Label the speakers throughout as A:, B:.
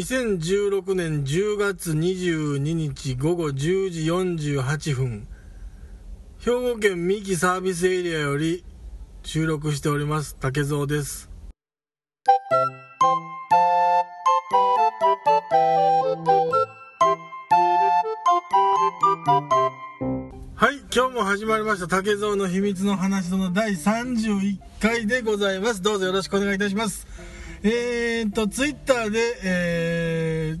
A: 2016年10月22日午後10時48分兵庫県三木サービスエリアより収録しております竹蔵ですはい今日も始まりました竹蔵の秘密の話その第31回でございますどうぞよろしくお願いいたしますえー、とツイッターで、えー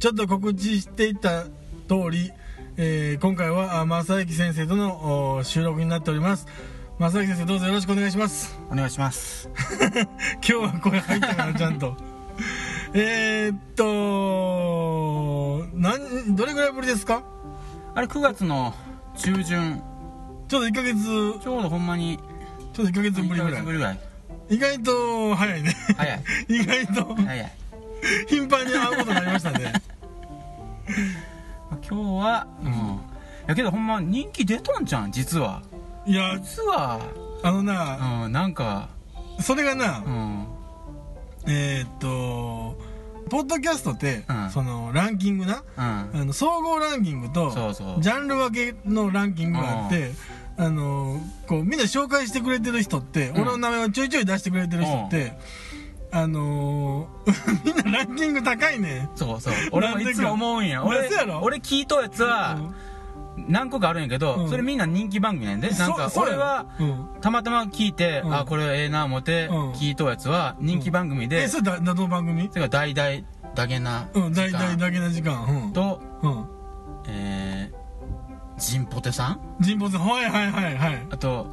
A: ちょっと告知していた通り、えー今回はあ正行先生とのお収録になっております正行先生どうぞよろしくお願いします
B: お願いします
A: 今日は声入ったかなちゃんとえーっとなんどれぐらいぶりですか
B: あれ9月の中旬
A: ちょうど1ヶ月
B: ちょうどほんまに
A: ちょうど1ヶ月
B: 1
A: ぶり
B: ヶ
A: ぐら
B: 月ぶ
A: い
B: りぐらい
A: 意外と早いね
B: 早い
A: 意外と
B: 早い
A: 頻繁に会うことになりましたね
B: 今日はうんいやけどほんま人気出とんじゃん実はい
A: や
B: 実は
A: あのな
B: うんなんか
A: それがな、
B: うん
A: えーっとポッドキャストって、
B: うん
A: そのランキングな
B: うん
A: あの総合ランキングと
B: そうそう
A: ジャンル分けのランキングがあって、あのこうみんな紹介してくれてる人って、
B: ん
A: 俺の名前をちょいちょい出してくれてる人って、あの ーみんなランキング高いね
B: そ うそう俺もいつも思うんや
A: なんでかなん
B: 俺
A: でやろ
B: 俺聞いとうやつは何個かあるんやけ
A: う
B: ど
A: ん
B: それみんな人気番組なんで
A: そ
B: なんか
A: そう
B: 俺
A: やろ
B: は
A: うん
B: たまたま聞いて
A: うん
B: あこれええな思って
A: うん
B: 聞いとうやつは人気番組
A: え
B: で
A: それだだどの番組
B: それが大々だけな
A: うん大体
B: 時間
A: だけな時間うん
B: と
A: うん
B: えー、ジンポテさん
A: 人物はいはいはいはい
B: あと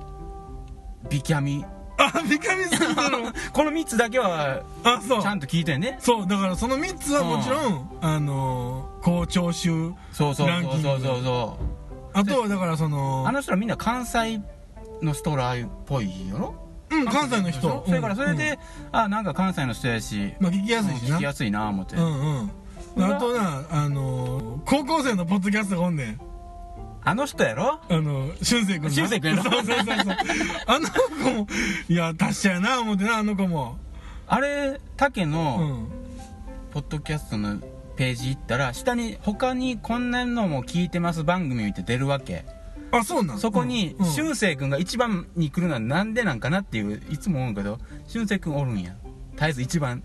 B: ビキャミ
A: あ三上さんだ ろ
B: この3つだけは
A: あそう
B: ちゃんと聞いてね
A: そうだからその3つはもちろん、あのー校長集
B: そうそう
A: ランキ
B: そう
A: ング
B: そうそうそう
A: あとはだからそ
B: あ
A: の
B: の人らみんな関西の人らっぽいよろ
A: うん関西の人
B: それからそれ、
A: うんうん
B: で、あなんか関西の人やし
A: まあ聞きやすいし
B: 聞
A: な
B: きやすいな思って、
A: うんうんあとなあのー高校生のポッドキャストがおんねん
B: あの人やろ
A: あの俊く君な
B: 俊成君やろ
A: そうそうそうそうあの子もいや達者やな思ってなあの子も
B: あれタケ
A: う
B: の
A: ん
B: ポッドキャストのページ行ったら下に他にこんなのも聞いてます番組見て出るわけ
A: あそうなん
B: そこに
A: うんうん
B: 俊く君が一番に来るのはなんでなんかなっていういつも思うんけど俊く君おるんや絶えず一番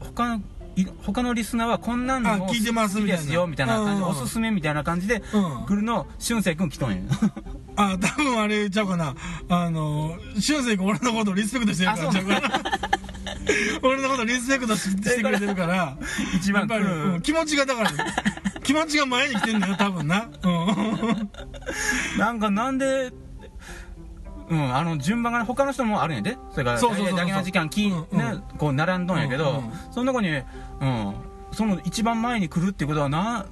B: 他のい他のリスナーはこんなの
A: あ聞いてます
B: 好きですよ
A: み
B: み
A: た
B: た
A: い
B: い
A: な
B: な感じで
A: うん
B: おすすめみたいな感じで
A: うん
B: 来るの俊く君来とんや
A: あ多分あれちゃうかなあの俊く君俺のことリスペクトしてるから
B: あ
A: ち
B: そ
A: ゃ
B: う
A: う
B: な
A: か
B: ん
A: な俺のことリスペクトししてくれてるから
B: 一
A: やっ
B: 番
A: ぱ
B: 来
A: り、うん
B: る
A: 気持ちがだから気持ちが前に来てんだよ多分なうん
B: なんかなんでうん、あの順番がね他の人もあるんやでそれから
A: そうそうそうそう
B: だけの時間き、
A: うんうん
B: ねこう並んどんやけど、
A: うんうん
B: そのとこに、うん、その一番前に来るってことはな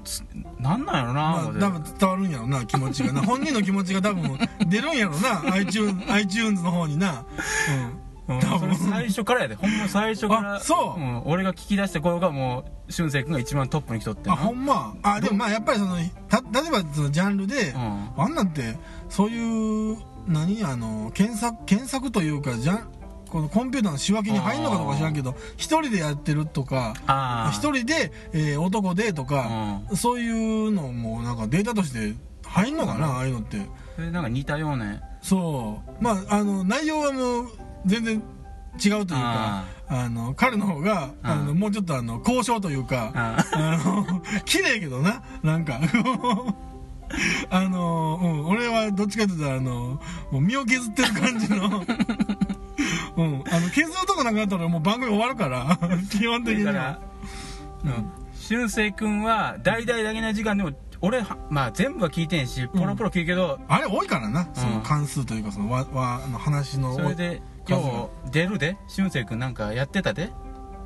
B: なんなんやろな、
A: まあ、
B: 思って
A: 多分伝わるんやろな気持ちがな本人の気持ちが多分出るんやろな iTunes, iTunes の方にな、
B: うん
A: 多分
B: それ最初からやでほんま最初から
A: あそうん
B: 俺が聞き出した頃がもう俊く君が一番トップに来とって
A: うん、
B: な
A: あほんまあでもまあやっぱりそのた例えばそのジャンルで、
B: うん
A: あんなんてそういう何あの検索検索というかじゃんこのコンピューターの仕分けに入るのかどうか知らんけど一人でやってるとか
B: あー
A: 一人で、えー男でとか、そういうのもなんかデータとして入んのかな、ああいうのって
B: それなんか似たような
A: そうまああの内容はもう全然違うというか
B: あ
A: あの彼の方があのもうちょっとあの交渉というか
B: あ
A: あの 綺麗やけどななんか あの、うん、俺はどっちかというとあのもう身を削ってる感じの うん、あの削るとこなくなったらもう番組終わるから 基本的
B: ー
A: に
B: だか
A: は
B: ら俊く君は大々だけな時間でも俺はまあ全部は聞いてんしポロポロ聞くけど、
A: あれ多いからなその
B: うん
A: 関数というかそのわわあの話の
B: それで
A: 数が
B: 今日出るで俊く君なんかやってたで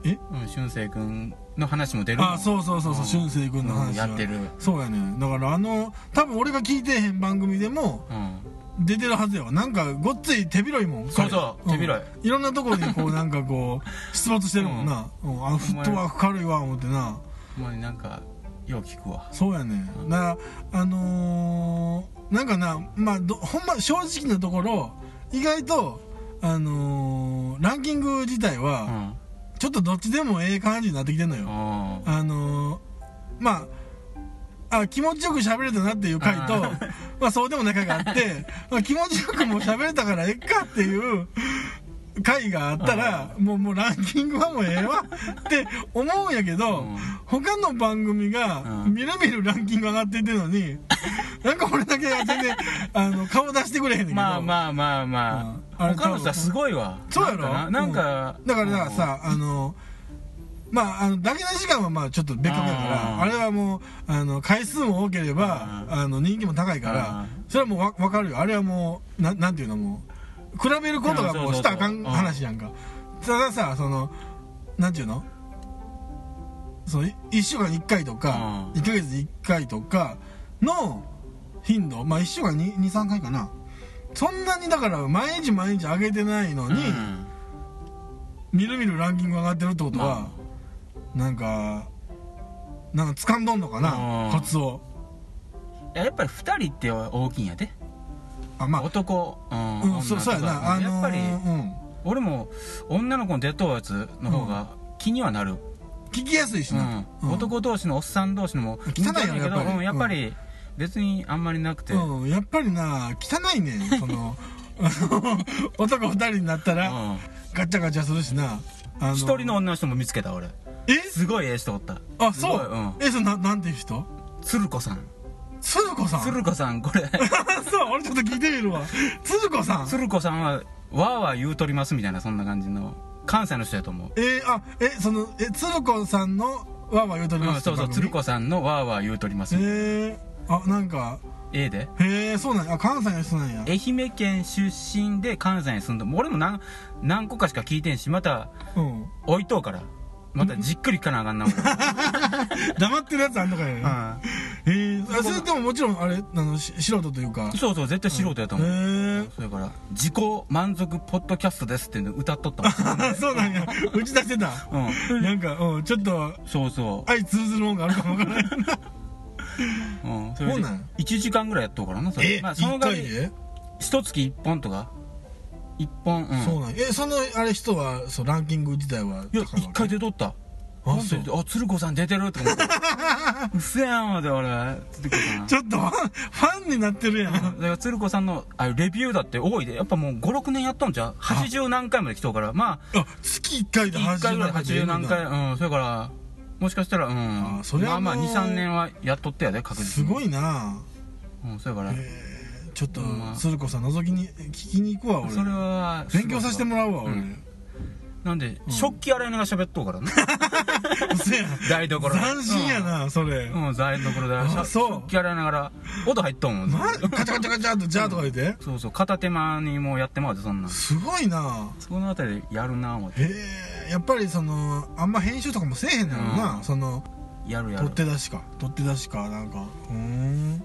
A: え
B: うん俊く君の話も出るもん
A: あそうそうそうそう、
B: うん
A: 俊成君の話は
B: うんやってる
A: そうやねだからあの多分俺が聞いてへん番組でも
B: うん
A: 出てるはずやわなんかごっつい手広いもん
B: そうそう
A: 彼
B: 手広
A: うんいろんなところにこ うなんかこう出没してるもんな、うんあのフットワーク軽いわ思ってな
B: ほんまになんかよう聞くわ
A: そうやねだからあのーなんかなまあどほんま正直なところ意外とあのーランキング自体
B: う
A: は
B: ん
A: ちょっとどっちでもええ感じになってきてんのよ
B: あ
A: あのーまああ気持ちよく喋れたなっていう回と
B: あー
A: まあそうでもない回があって、まあ、気持ちよくもう喋れたからええかっていう回があったらもうもうランキングはもうええわって思うんやけど、
B: うん
A: 他の番組が
B: うん
A: みるみるランキング上がっていってるのになんか俺だけ全然あの顔出してくれへんねんけど
B: まあまあまあ
A: う
B: ま
A: んあ
B: あ
A: れ
B: 他の人はすごいわ
A: そうやろ
B: なんか
A: うんだからだからさ、あのまあ、あの、だけの時間はまあちょっと別格やから、
B: あ
A: あ
B: ー
A: れはもう、あの、回数も多ければ
B: あ、
A: あの、人気も高いから
B: あ、
A: それはもうわわかるよ。あれはもう、なん、なんていうのもう、比べることがもうしたらあかん
B: いやそうそうそううん
A: 話やんか。たださ、その、なんていうのその、い一週間に一回とか、
B: う
A: 一ヶ月に一回とかの頻度、まあ一週間に二、三回かな。そんなにだから毎日毎日上げてないの
B: うん
A: に、みるみるランキング上がってるってことは
B: ま、
A: なんかなんか掴んどんのか
B: う
A: なんコツを
B: いややっぱり二人って大きいんやで
A: あま
B: 男うん
A: あうん
B: 女
A: そ
B: と
A: う
B: か
A: そうやなあ
B: やっ
A: の
B: ぱり
A: ー
B: 俺も女の子の出頭やつの方が気にはなる
A: うん聞きやすいし
B: う
A: なんうん
B: 男同士のおっさん同士のも
A: 汚いよね
B: け
A: やっぱり
B: どうんやっぱり別にあんまりなくてうん
A: うんやっぱりな汚いねんその 男二人になったらガチャガチャするしなあの
B: 一人の女の人も見つけた俺
A: え
B: すごいええ人おった
A: あ
B: すご
A: そ
B: いううん
A: えそのななんていう人
B: 鶴子さん
A: 鶴子さん
B: 鶴子さんこれ
A: あ そう俺ちょっと聞いてみるわ鶴子さん
B: 鶴子さんはわーわー言うとりますみたいなそんな感じの関西の人やと思う
A: えーあえそのえ鶴子さんのわーわー言うとり
B: う
A: ま
B: ん
A: す
B: そうそ
A: 番
B: う
A: 組
B: 鶴子さんのわーわー言うとります
A: へえあなんか
B: ええで
A: へえそうなんやあ関西の人なんや
B: 愛媛県出身で関西に住んでもう俺も何何個かしか聞いてんしまた
A: うん
B: 置いとうからまたじっくり聞かなあ かんな俺
A: 黙ってるやつあんのかよ、ね
B: う
A: へえあそれでももちろんあれあのし素人というか
B: んそうそう絶対素人やと思う、
A: へえ
B: それから「自己満足ポッドキャストです」っていうの歌っとったも
A: あ そうなんや打ち出してた
B: ん、うん、
A: なんかうんちょっと
B: そうそ
A: 相通ずるもんがあるかもわからない
B: う、うん、それ
A: そう
B: で
A: なん
B: 1時間ぐらいやっとうからなそれ、
A: え
B: まあ、そ
A: 一
B: の代
A: 回
B: わり
A: で
B: 一月1本とか1本うん
A: そうなんやえそのあれ人はそうランキング自体はい
B: や
A: 高い
B: 1
A: わけ
B: 回出とった
A: あ
B: 本当に
A: そ
B: あ鶴子さん出てると思って うっせえやんまで俺鶴子さん
A: ちょっとファンファンになってるや
B: だ
A: ん
B: から鶴子さんのあレビューだって多いでやっぱもう56年やっとんじゃう80何回まで来とうからま
A: あ月1回
B: あ
A: で
B: 1回ぐらい80
A: 80
B: 何回うんそれからもしかしたらうん
A: あそれはもう
B: まあまあ23年はやっとったやで確実
A: す
B: に
A: ごいな
B: うんそれから
A: ちょっと
B: うん
A: 鶴子さん覗きに聞きに行くわ俺
B: それは
A: 勉強させてもらうわ
B: う
A: 俺
B: んなんで
A: ん
B: 食器洗いながら喋っとうからね
A: うそや
B: 台所 で
A: 斬新やなそれ
B: うんうん台所で
A: あそう
B: 食器洗いながら音入っとんもん
A: まカチャカチャカチャっとじゃあとか言って
B: そうそう片手間にもうやってまうでそんなん
A: すごいな
B: そのあたりでやるな思って
A: へえやっぱりそのあんま編集とかもせえへんのやろ
B: う
A: なんその
B: やるや
A: 取
B: る
A: っ手出しか取っ手出しかなんかうーん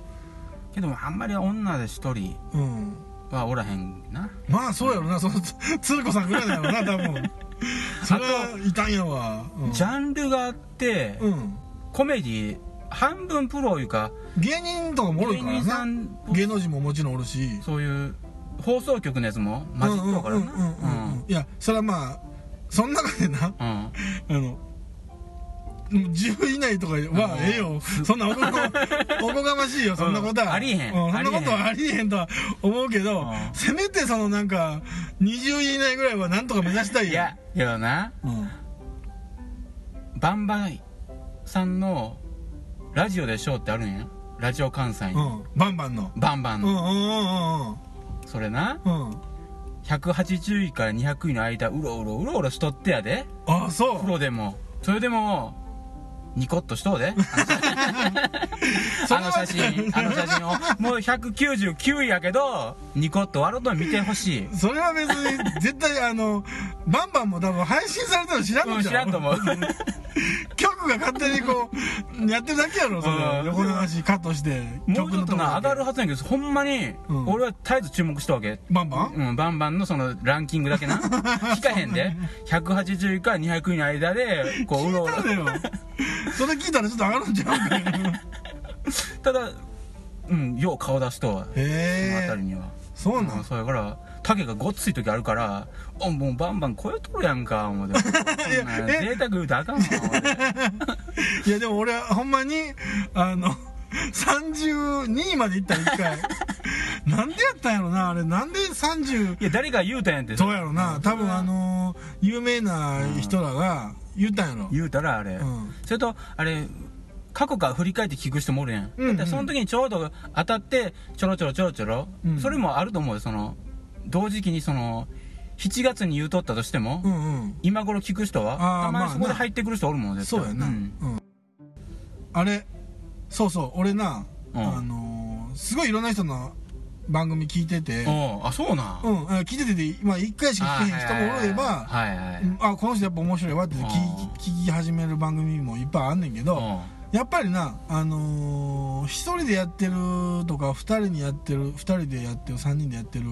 B: けどもあんまり女で一人
A: うん
B: はおらへんな
A: まあそうやろなそのつ鶴子さんぐらいだよな 多分それはいたんやわうん
B: ジャンルがあって、
A: うん
B: コメディ半分プロいうか
A: 芸人とかもおる
B: 芸
A: か
B: 人さ
A: らなん芸能人ももちろんおるし
B: そういう放送局のやつも混じっとうからな
A: うんうんうんうんうんいやそれはまあその中でな
B: うんうん
A: あのもう10以内とかはええよそんなおこ おこがましいよそんなことは、
B: うんありえへん
A: うそんなことはありえへんとは思うけど、
B: うん
A: せめてそのなんか20位以内ぐらいはなんとか目指したいよ
B: いやいやな
A: うん
B: バンバイさんのラジオでしょうってあるんやラジオ関西
A: う
B: に、
A: んバンバンの
B: バンバン
A: うんう
B: の、
A: んうん
B: それな
A: うんうん
B: 180位から200位の間うろうろうろうろしとってやで
A: ああそ
B: プ
A: う
B: ロでもそれでもニコッとしとうで
A: そ
B: あ
A: れは
B: の写真あの写真をもう199位やけどニコッと笑うとん見てほしい
A: それは別に絶対あのバンバンも多分配信されたの知らん
B: う
A: の
B: ん
A: じ
B: 知
A: ゃ
B: らんと思う
A: 局が勝手にこ うやってるだけやろそれ、
B: うん
A: 横流しカットして
B: もうちょっと
A: こだ
B: な上
A: け
B: がるはずやけどほんまに
A: うん
B: 俺は絶えず注目したわけ
A: バンバン、
B: うん、バンバンのそのランキングだけな聞かへんで180位から200位の間でこううろうろ
A: そうだ よそれ聞いたらちょっと上がるんちゃうかよ
B: ただうんよう顔出しとはその
A: へ
B: 辺
A: え
B: りには
A: そうな
B: うん
A: ん
B: それから竹がごっつい時あるから「おもうバンバン超えとるやんか」 思うてそんなん
A: え
B: 贅沢言うたらあかんわ思う て
A: いやでも俺はほんまにあの32位までいったら1回 なんでやったんやろなあれなんで30
B: いや誰が言うたんやんて
A: どうやろな多分あのー有名な人らが言ったんやろ
B: 言うたらあれ、
A: うん
B: それとあれ過去から振り返って聞く人もおるやん、
A: うんうん
B: だからその時にちょうど当たってちょろちょろちょろちょろ、
A: うん
B: それもあると思うよその同時期にその7月に言うとったとしても、
A: うんうん
B: 今頃聞く人は
A: あー
B: たまにそこ
A: まあ
B: で
A: な
B: 入ってくる人おるもん絶対
A: そうやな、うんんあれそうそう俺な、
B: うん
A: あのーすごいいろんな人の番組聞いてて、
B: おうあそうなん
A: うんあ聞いててで、まあ、1回しか聞けへん人もおれば
B: はいはいはいはい、
A: うんあこの人やっぱ面白いわって聞き聞き始める番組もいっぱいあんねんけど、やっぱりなあのー、一人でやってるとか二人にやってる二人でやってる三人でやってる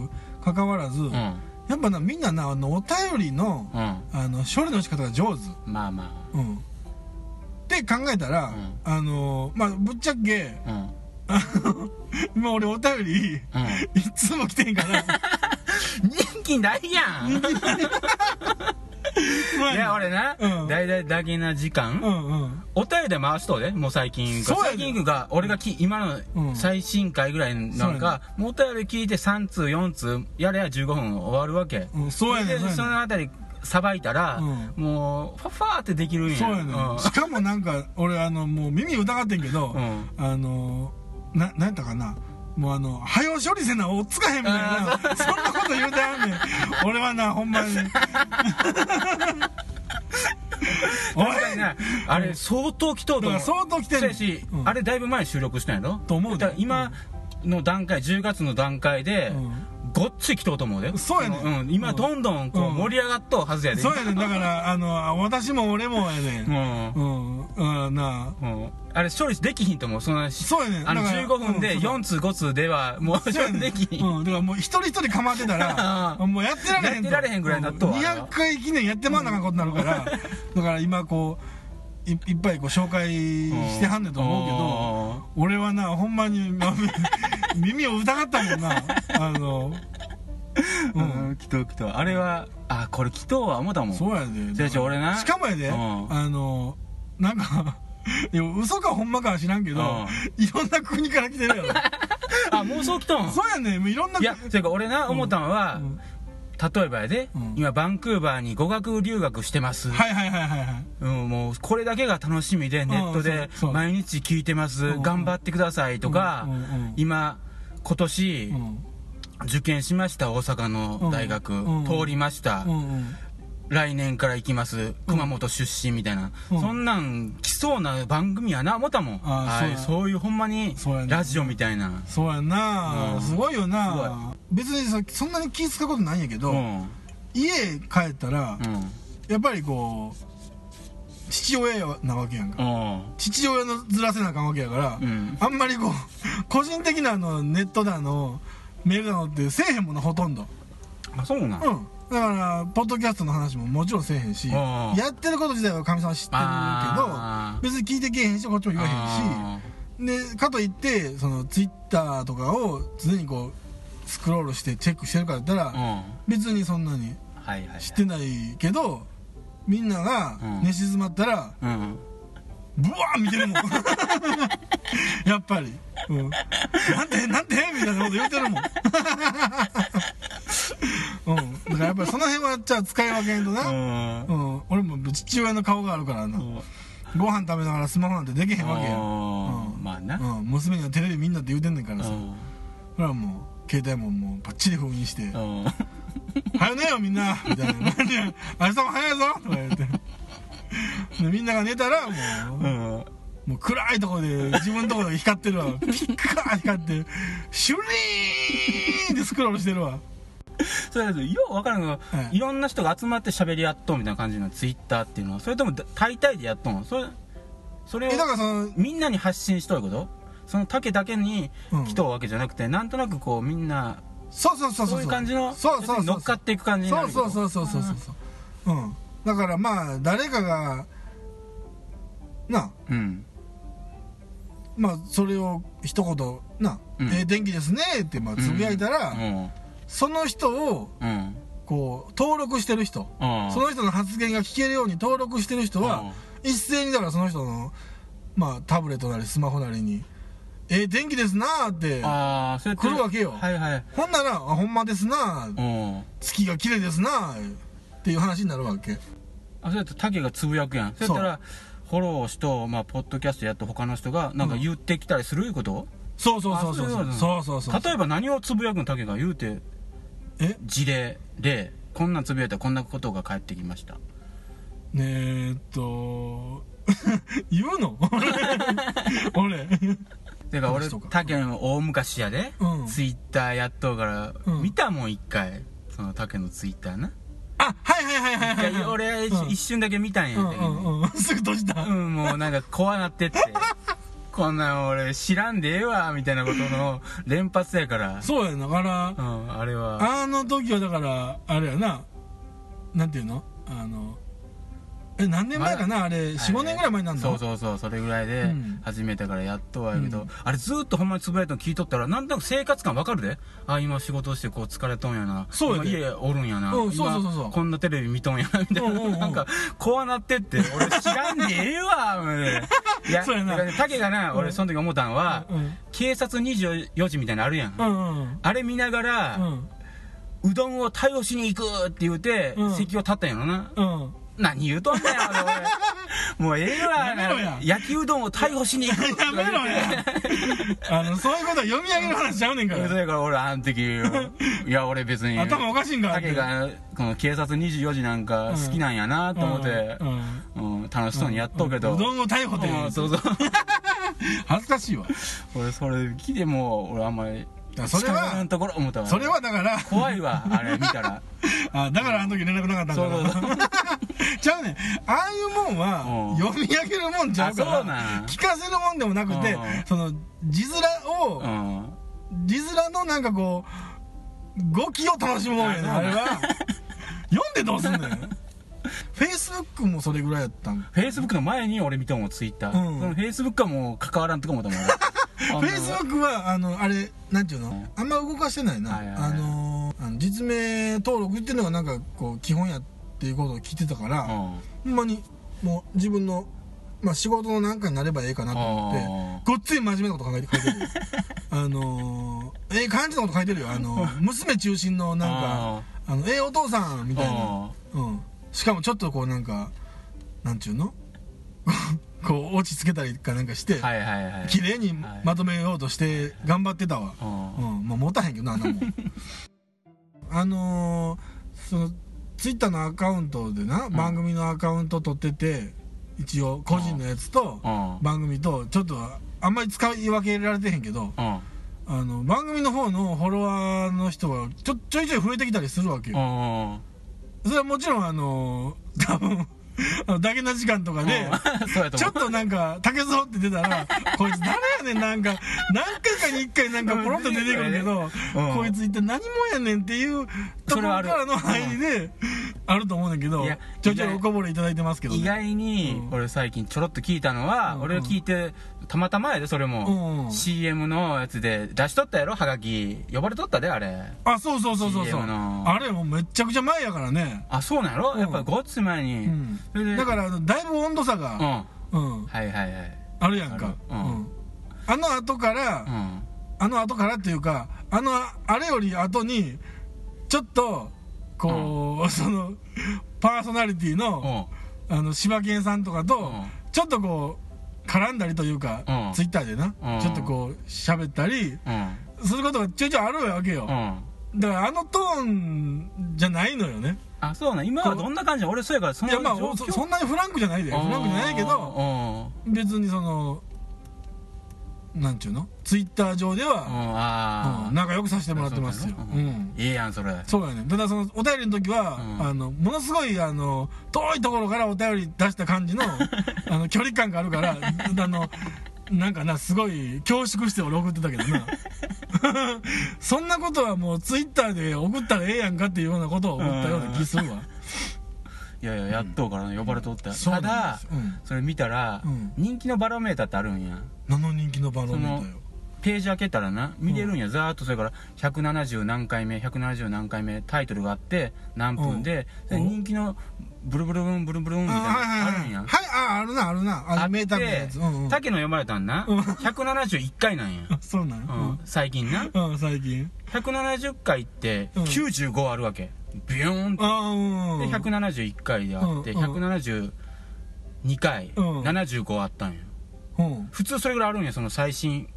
A: かかわらず、
B: うんうん
A: やっぱなみんななあのお便りの
B: うん
A: あの処理の仕方が上手、
B: まあま
A: うん、って考えたら、
B: うん
A: あのーまあぶっちゃけ
B: あうんうん
A: 今俺お便りいつも来てんから
B: 人気ないや んいや俺な、
A: うん
B: だいたいだけな時間、
A: うんうん
B: お便りで回しとうでもう最近
A: そうやね
B: 最近が俺がき今
A: うん
B: の最新回ぐらいなんか、もうお便り聞いて3通4通やれや15分終わるわけ、
A: うんそうやね
B: で
A: んそうやねん
B: そのあたりさばいたら、
A: うん
B: もうファッファーってできるんや
A: そうやね
B: うん
A: んしかもなんか俺あのもう耳疑ってんけど、
B: うん
A: あのななんやったかなもうあの「早う処理せなおっつかへん」みたい
B: あ
A: なそんなこと言うてはんねん俺はなほんま におい
B: 確かになあれ相当来とうと
A: だか
B: 思
A: ら
B: う
A: 相当来て
B: そ
A: んね
B: や
A: ん
B: し、
A: うん
B: あれだいぶ前に収録したんやろ
A: と思うで
B: だから今の段階10月の段階で、
A: う
B: ごっつい来とうと思うで
A: そうやねん
B: ん今どんどんこ
A: う
B: うん盛り上がっとうはずやで
A: そうやねんだからあの私も俺もやねん
B: うん
A: うん、うん、なあ
B: うんあれ処理できひんと思うそんなし
A: そうやねん
B: あの
A: だから
B: 15分
A: う
B: で
A: んそうそう
B: 4通5通ではもう
A: そう
B: 処
A: やね
B: 理
A: ん
B: できひん、
A: うん、だからもう一人一人構ってたら
B: う
A: もうやってられへんと
B: やってられへんぐらいになっとうわ
A: 200回記念やってまんなあかんことになるから、だから今こういいっぱいこう紹介してはんねんと思う
B: 思
A: けど俺はなほんまにまあ耳 を疑ったもんなあの
B: ううんきとうきとうあれはあこれきとうは思ったもん
A: そうやで
B: でしょ俺な
A: しかもやで、
B: うん
A: あのなんか いや嘘かほんまかは知らんけど、
B: う
A: いろんな国から来て るやろ
B: あもうそうきとん
A: そうやねんもういろんない
B: やていうか俺な思ったんは、
A: うん
B: 例えばやで、
A: うん
B: 今バンクーバーに語学留学してます、
A: はいはいはいはいはい
B: うん、もうこれだけが楽しみでネットで
A: そうそう
B: 毎日聞いてます、
A: うん
B: 頑張ってくださいとか、
A: うんうん
B: 今今年、
A: うん
B: 受験しました大阪の大学、
A: うん
B: 通りました、
A: うんうん
B: 来年から行きます熊本出身みたいな、
A: うん
B: そんなん来そうな番組やな思ったもん
A: あー
B: はい
A: そう
B: そういうほんまに
A: そうやね
B: ラジオみたいな
A: そうやんな、
B: うん
A: すごいよな別にさそんなに気使うことないんやけど、
B: うんうん
A: 家帰ったら、やっぱりこう父親なわけやんか、
B: うん
A: 父親のずらせなあかんわけやから、
B: うん
A: あんまりこう個人的なあのネットだのメールだのってせえへんもんなほとんど
B: あそうなん、
A: うんだからポッドキャストの話ももちろんせえへんし、
B: うん
A: やってること自体はかみさんは知って
B: あ
A: るけど別に聞いてけえへんしこっちも言わへんしでかといってそのツイッターとかを常にこうスクロールしてチェックしてるかって言ったら、
B: うん
A: 別にそんなに
B: はいはいはい
A: 知ってないけどみんなが
B: うん
A: 寝静まったら、
B: うん
A: ブワー見てるもん やっぱり、うん、なんてなんてみたいなこと言うてるもんうん、 だからやっぱりその辺はじゃあ使い分けんと
B: う
A: な、
B: んうん
A: うん俺も父親の顔があるからな、
B: うん
A: ご飯食べながらスマホなんてできへんわけや、うん
B: まあな、
A: うん、娘にはテレビ見んなって言うてんねんからさ、
B: うん
A: ほらもう携帯ももうバッチリ封印して
B: うん
A: 「早寝よみんな」みたいな「明日も早いぞ」とか言ってでみんなが寝たらもう,、
B: うん
A: もう暗いとこで自分のとこで光ってるわピッカー光ってシュリーンってスクロールしてるわ
B: それだとよう分からんけど、
A: はい
B: い、ろんな人が集まって喋り合っとうみたいな感じのツイッターっていうのはそれともだ大体でやっとんのそれそれを
A: えだからその
B: みんなに発信しとることその竹だけに
A: うん
B: 来とうわけじゃなくて、なんとなくこうみんな
A: そうそうそうそう
B: そういう感じの
A: そうそうそう
B: 乗っかっていく感じにな
A: そ
B: る
A: う
B: けど
A: そうそうそうそうそうそううんだからまあ誰かがなあ
B: うん
A: まあそれを一言な、
B: うん
A: ええ天気ですね」ってまあつぶやいたら、
B: うん
A: その人を
B: うん
A: こう登録してる人
B: うん
A: その人の発言が聞けるように登録してる人は一斉にだからその人のまあタブレットなりスマホなりに「ええ天気ですな」って
B: ああそうやって
A: 来るわけよ
B: はいはい
A: ほんなら「あほんまですな
B: うん
A: 月が綺麗ですな」っていう話になるわけ
B: あそうやって竹がつぶやくやんそうやったらフォローしと、まあ、ポッドキャストやっと他の人がなんか言ってきたりするいうこと、
A: そうそうそうそうそ
B: あ
A: うそうそうそう
B: 例えば何をつぶやくん竹が言うて
A: え
B: 事例例こんなんつぶやいたらこんなことが返ってきました
A: ねえっと 言う の俺
B: てか俺
A: 話とか
B: 竹の大昔やで、
A: うん
B: ツイッターやっとうから、
A: うん
B: 見たもん一回その竹のツイッターな
A: あはいはいはいはいはい
B: いや俺、
A: うん
B: 一瞬だけ見たんや
A: うん
B: けど、
A: んうんうんすぐ閉じた
B: うんもうなんか怖なってってこんなん俺知らんでええわみたいなことの連発やから
A: そうやなだから
B: うんあれは
A: あの時はだからあれやななんていうのあのえ何年前かなあれ45年ぐらい前になるの
B: そうそうそうそれぐらいで
A: うん
B: 始めたからやっとはやけど、
A: うん
B: あれずっとほんまにつぶやいたの聞いとったらなんとなく生活感わかるであ今仕事してこう疲れとんやな
A: そうや
B: 今
A: で
B: 家おるんやな、
A: うん
B: 今
A: そうそうそうそう
B: こんなテレビ見とんやなみたいな、
A: うんうんうん
B: なんか怖なってって俺知らんでええわ思うていや
A: そうやな
B: だからね竹がな俺その時思ったんは、
A: うん
B: 警察24時みたいなのあるやん、
A: うんうん
B: あれ見ながら、
A: うん
B: うどんを対応しに行くって言うて、
A: うん
B: 席を立ったんやろな。
A: うん
B: 何言うとんねん、 俺。もうええわ。
A: やめろや
B: 焼きうどんを対応しに行く。
A: やめろやあのそういうことは読み上げる話ちゃうねんか
B: 言う
A: ら
B: てから俺、あの時、 いや、俺別に。
A: 頭おかしいんか
B: 竹が、この警察24時なんか好きなんやなと思って
A: う、んうん
B: うん楽しそうにやっとうけど。
A: うどんを逮捕って
B: うんそうそう。
A: 恥ずかしいわ
B: 俺、それ聞いても、俺あんまり
A: や、それは
B: 近寄らんところ思ったわ。
A: それはだから
B: 怖いわ、あれ見たら。
A: あだからあの時連絡なかったん
B: そうそう
A: か
B: そう。
A: なちゃうねんああいうもんは
B: うん
A: 読み上げる もんちゃうか
B: あそうな
A: ら
B: ん
A: 聞かせるもんでもなくて
B: うん
A: その字面を
B: うん。
A: 字面のなんかこう語気を楽しもうやねあ
B: あそう
A: れ
B: な
A: は読んでどうすん のよフェイスブックもそれぐらいやったん
B: フェイスブックの前に俺見たもん、ツイッター。
A: うん
B: そのフェイスブックはもう関わらんとかもだもん。フ
A: フ ェイスブックはあのあれなんていうのあんま動かしてないな
B: はいはいはい
A: あのあの実名登録っていうのがなんかこう基本やっていうことを聞いてたから、
B: うん。
A: ほんまにもう自分の、まあ、仕事のなんかになればええかなと思ってごっつい真面目なこと考えて書いてる よあのー、ええ感じのこと書いてるよあの娘中心のなんかあのええお父さんみ
B: あ
A: たいな、
B: ー、
A: うん、しかもちょっとこうなんかなんちゅうの こう落ち着けたりかなんかして、
B: うんはいはいはい。
A: 綺麗にまとめようとして頑張ってたわ、
B: うん
A: うん、まあ持たへんけどなあんなもんあのー、そのツイッターのアカウントでな、
B: ん
A: 番組のアカウント取ってて一応個人のやつと
B: うん。
A: 番組とちょっとあんまり使い分けられてへんけど
B: うん。
A: あの番組の方のフォロワーの人がちょちょいちょい増えてきたりするわけ
B: う
A: よ
B: ん。うん
A: それはもちろんあのー、多分あのだけな時間とかで、
B: そうやと
A: ちょ
B: 思
A: っとなんか、竹蔵って出た ら、こいつ誰やねん、なんか、何回かに一回なんかポロッと出てくるけど、
B: うん
A: こいつ一体何者やねんっていうところからの入りで、あると思うんだけど
B: いや、
A: ちょいちょいおこぼれいただいてますけど
B: う。意
A: ね。
B: 外に
A: う、ん
B: 俺最近ちょろっと聞いたのは、
A: うん
B: 俺が聞いて、たまたまやで、それ
A: うんう
B: も。
A: ん
B: CM のやつで、出しとったやろ、ハガキ。呼ばれとったで、あれ。
A: あ、そうそうそうそうそう。
B: CM の
A: あれもうめっちゃくちゃ前やからね。
B: あ、そうなんやろ
A: うん
B: やっぱごっつ前
A: う
B: に。
A: ん
B: それで
A: だから、あのだいぶ温度差
B: うん。
A: が、
B: は
A: うん、
B: いはいはい。
A: あるやんか。う
B: あるうん
A: んあの後から
B: う、ん。
A: あの後からっていうかあのあれより後にちょっとこう、そのパーソナリティの、
B: うん。
A: あの柴犬さんとかと、
B: うん
A: ちょっとこう絡んだりというか、
B: うん
A: ツイッターでな、
B: うん
A: ちょっとこう喋ったり
B: うん。
A: することがちょいちょいあるわけよ
B: う、ん。
A: だからあのトーンじゃないのよね
B: あそうなん今はどんな感じ俺そうやからそ
A: いやまあ
B: 状況
A: そそんなにフランクじゃないでフランクじゃないけど
B: うん
A: 別にそのなんちゅうのツイッター上で
B: うん
A: は、
B: ああ、
A: うん仲良くさせてもらってますよ
B: そうだ
A: う
B: ね
A: ん
B: いいやんそれうん
A: そうやねただそのお便りの時は、
B: うん
A: あのものすごいあの遠いところからお便り出した感じ のあの距離感があるからあのなんかなすごい恐縮して俺送ってたけど なそんなことはもうツイッターで送ったらええやんかっていうようなことを送ったような気するわ
B: いやいややっとうからね呼ばれとったよ
A: そうな
B: た
A: んで
B: だ
A: すようん
B: それ見たら
A: うん
B: 人気のバロメーターってあるんや
A: 何の人気のバロメーターよ
B: ページ開けたらな見れるんや、ざーっとそれから170何回目170何回目タイトルがあって何分で,、
A: うん
B: で人気のブルブルブンブルブルンみ
A: あ
B: た
A: はいは
B: いなの
A: いはい
B: あるんや
A: はいああるなあるなあ
B: あ
A: の
B: っ
A: 名探偵のやつうんうん
B: て竹野読まれたんな
A: うん
B: 171回なんや、
A: あ そうなん
B: うん
A: や
B: 最近な
A: うんうん最近
B: 170回って
A: うん
B: 95あるわけビヨーンって
A: ああうんう
B: で
A: ん
B: 171回であって
A: うん
B: 172回
A: うん
B: 75あったんや
A: うん
B: 普通それぐらいあるんやその最新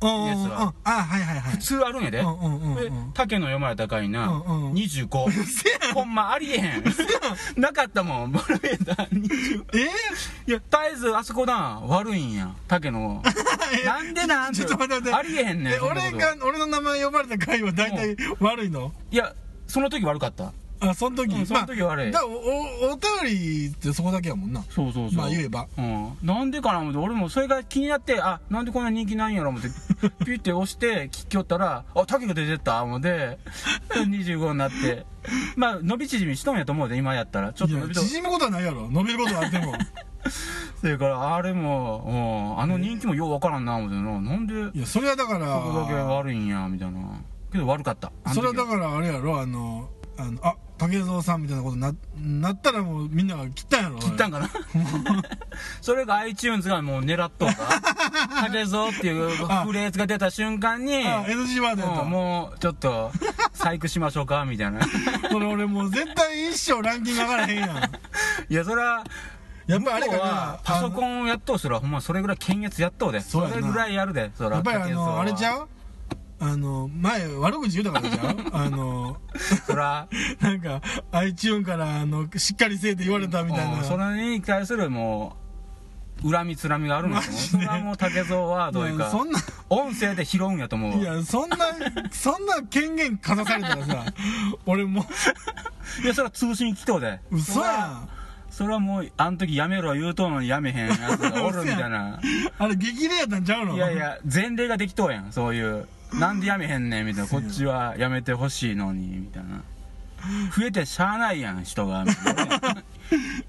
A: うん
B: やつは
A: うんあはいはいはい
B: 普通あるんやで
A: うんうんうんうん
B: で竹野読まれた回な
A: うんうん
B: 25
A: せや
B: ほんまありえ へんなかったもんボルベーター20
A: え
B: いや絶えずあそこな悪いんや竹野なんでなん
A: ちょっと待って待って
B: ありえへんねん
A: え
B: そんなこ
A: 俺
B: と
A: が俺の名前呼ばれた回は大体悪いの
B: いやその時悪 かった
A: あその時
B: うんその時悪い
A: まあだからおおお便りってそこだけやもんな
B: そうそうそう
A: まあ言えば
B: うん、なんでかな思って俺もそれが気になってあなんでこんな人気ないんやろ 思ってピュって押して聞きよったらあ竹が出てった 思って25になってまあ伸び縮みしとんやと思うで今やったらちょっ
A: い
B: と伸
A: や
B: びと
A: 縮むことはないやろ伸びることはあっても
B: それからあれも、うん、あの人気もようわからんな思ってななんで
A: いやそれはだか
B: そこだけ
A: ら
B: 悪いんやみたいなけど悪かったあの時
A: それはだからあれやろあのあのあ竹蔵さんみたいなことななったらもうみんなが切ったんやろ
B: 切ったんかな それが iTunes がもう狙っ とんか竹蔵っていうフレーズが出た瞬間に
A: あ NG ワードやった
B: うんもうちょっ と細工しましょうかみたいな
A: それ俺もう絶対一生ランキング上がらへんやん
B: いやそれは
A: やっぱあれか
B: 今日
A: な
B: はパソコ
A: ン
B: ンをやっとうすらほんまそれぐらい検閲やっとうで
A: そう
B: そ
A: やな
B: れぐらいやるでそら
A: やっぱりあのあれち
B: う
A: ゃうあの前悪口言うたからち ゃうあの
B: そら
A: なんか iTune からあのしっかりせえって言われ たみたい
B: うん
A: な
B: それに対するもう恨みつらみがあるんですよそれはもう竹蔵はどういう
A: いや
B: か
A: そんな
B: 音声で拾うんやと思う
A: い
B: いや
A: やそんなそんな権限かざされたらさ俺も
B: それは潰しに来とうで
A: う嘘やん
B: それはもうあの時やめろ言うとうのにやめへんやつがおるみ たいな
A: あれ激励やったんちゃうの
B: いやいや前例ができとうやんそういうなんでやめへんねんみたいなこっちはやめてほしいのにみたいな増えてしゃあないやん人 がみたいな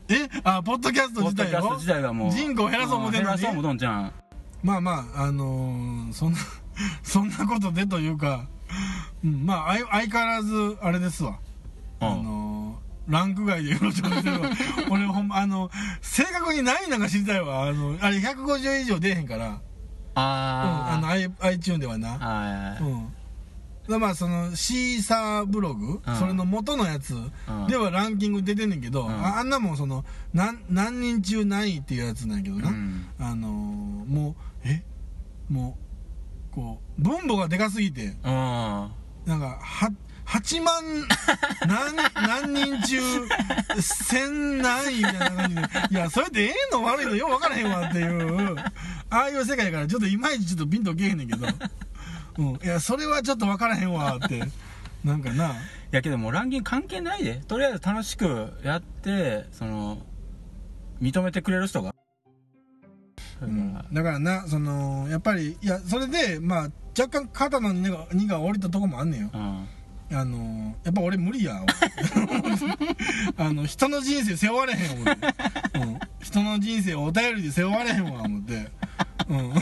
A: えあポッドキャスト
B: ポッ
A: 自
B: ドキ
A: 体
B: ャスト
A: を
B: 自体がもう
A: 人口減らそう思てんのに
B: ん減らそう思てんじゃん
A: まあまああのーそんなそんなことでというか、うん、まああい相変わらずあれですわ
B: うん
A: あのーランク外でよろしくお願いす るわ俺ほんまあの正確に何位なんか知りたいわあのあれ150以上出えへんからうん、あの
B: あ
A: i- iTune では
B: ー
A: な
B: あ
A: う
B: ー
A: んだまあそのシーサーブログ、
B: うん
A: それの元のやつ
B: ん
A: ではランキング出てんねんけど、
B: ん
A: ああんなもんその何何人中何位っていうやつなんやけどな、
B: うん
A: あのーもうえもうこう分母がでかすぎて
B: うん
A: なんかは8万何何人中1000何位みたいな感じでいやそれでええの悪いのよう分からへんわっていうああいう世界やからちょっといまいちちょっとピンとけえへんねんけど、うん、いやそれはちょっと分からへんわってなんかない
B: やけどもうランキング関係ないでとりあえず楽しくやってその認めてくれる人がそれから
A: だからなそのやっぱりいやそれでまあ若干肩の荷が荷が下りたとこもあんねんよ
B: うん
A: あのーやっぱ俺無理やわ あの人の人生背負われへん思って、うん、人の人生をお便りで背負われへんわ思って、 うん、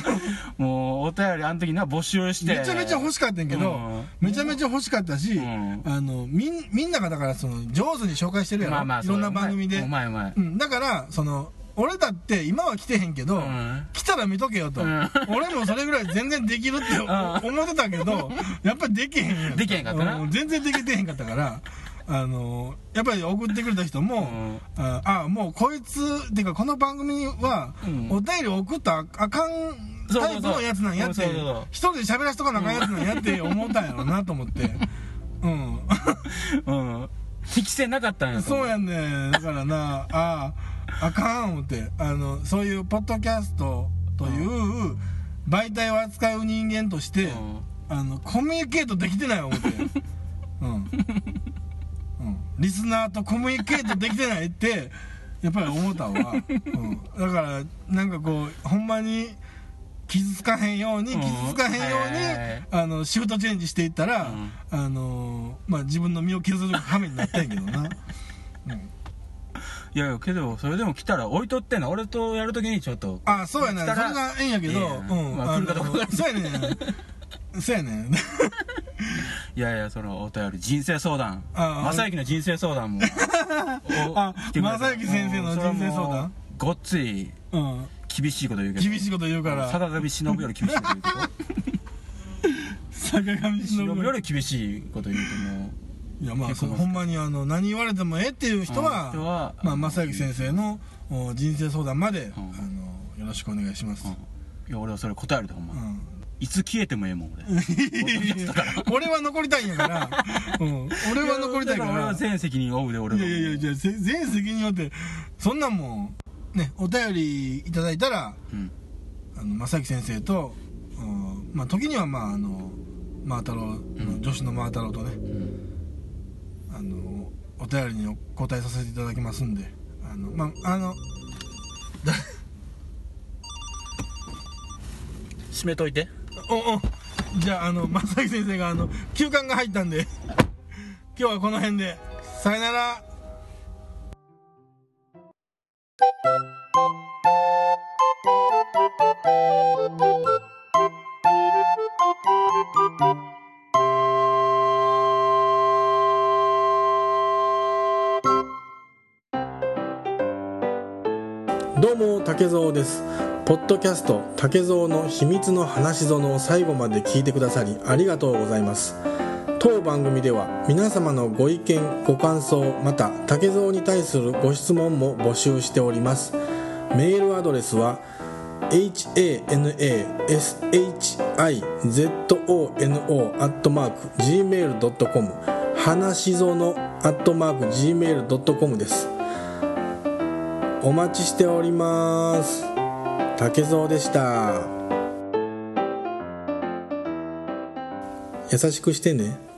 B: もうお便りあの時な募集して
A: めちゃめちゃ欲しかったんやけど、
B: うん
A: めちゃめちゃ欲しかったし、
B: うん
A: あのみんみんながだからその上手に紹介してるやろ、
B: まあまあ
A: いろんな番組で
B: うまいうまいう
A: うん、だからその俺だって今は来てへんけど、
B: ん
A: 来たら見とけよと、
B: うん
A: 俺もそれぐらい全然できる って
B: ん
A: 思ってたけどやっぱりできへんや
B: できへんかったな
A: う全然できてへんかったからあのやっぱり送ってくれた人も、
B: うん
A: ああもうこいつっていうかこの番組は
B: うん
A: お便り送ったらあかん
B: そうそうそう
A: タイプのやつなんやって
B: そうそうそう
A: 一人で喋らしとかなあかんやつなんやって思ったんやろなと思ってうん
B: うん適性なかったんやと思
A: そうやねんだからなあああかん思ってあのそういうポッドキャストという媒体を扱う人間として、
B: うん
A: あのコミュニケートできてない思ってうん、うん、リスナーとコミュニケートできてないってやっぱり思ったわ、うん、だからなんかこうほんまに傷つかへんように
B: うん
A: 傷つかへんように、
B: はいはいはい
A: あのシフトチェンジしていったら、
B: うん
A: あのまあ、自分の身を削る羽目になったんやけどな、うん
B: いやいやけどそれでも来たら置いとってな俺とやるときにちょっと
A: あそうやね
B: 来
A: そ
B: た
A: れ
B: ら
A: がええんやけど、
B: ええやん
A: うん、
B: まあ来るかどうかわかんない
A: そうやねんそうやねん
B: いやいやそのお便り人生相談
A: ああ
B: 正行の人生相談もお
A: あ
B: 来てください
A: 正行先生の
B: うんそれは
A: 人生相談
B: もうごっつい
A: うん
B: 厳しいこと言うけど
A: 厳しいこと言うから
B: 坂上忍より厳しいこと言うけど
A: 坂上 忍
B: 忍より厳しいこと言うともう
A: いやまあ
B: 結構
A: そのほんまにあの何言われてもええっていう人は,、
B: うん人は
A: まあ、正行先生のお人生相談まで、
B: ん
A: あのよろしくお願いします、うん
B: いや俺はそれ答えるでほんま、いつ消えてもええもん俺
A: 俺は残りたいんやから、 うん、俺は残りたいか
B: 俺
A: ら
B: は全責任を負うで俺
A: い
B: は
A: やいやいやいや全全責任をってそんなんもんねお便りいただいたら
B: うん
A: あの正行先生と、うんまあ、時にはまああの真太郎の女子の真太郎とね、
B: うん
A: あのお便りにお答えさせていただきますんであのまああのだ
B: 閉めといて
A: おおじゃああの正木先生があの休館が入ったんで今日はこの辺でさよならどうも竹蔵ですポッドキャスト竹蔵の秘密の話ぞのを最後まで聞いてくださりありがとうございます当番組では皆様のご意見ご感想また竹蔵に対するご質問も募集しておりますメールアドレスは hanashi.zono.gmail.com 話ぞの .gmail.com ですお待ちしております竹蔵でした優しくしてね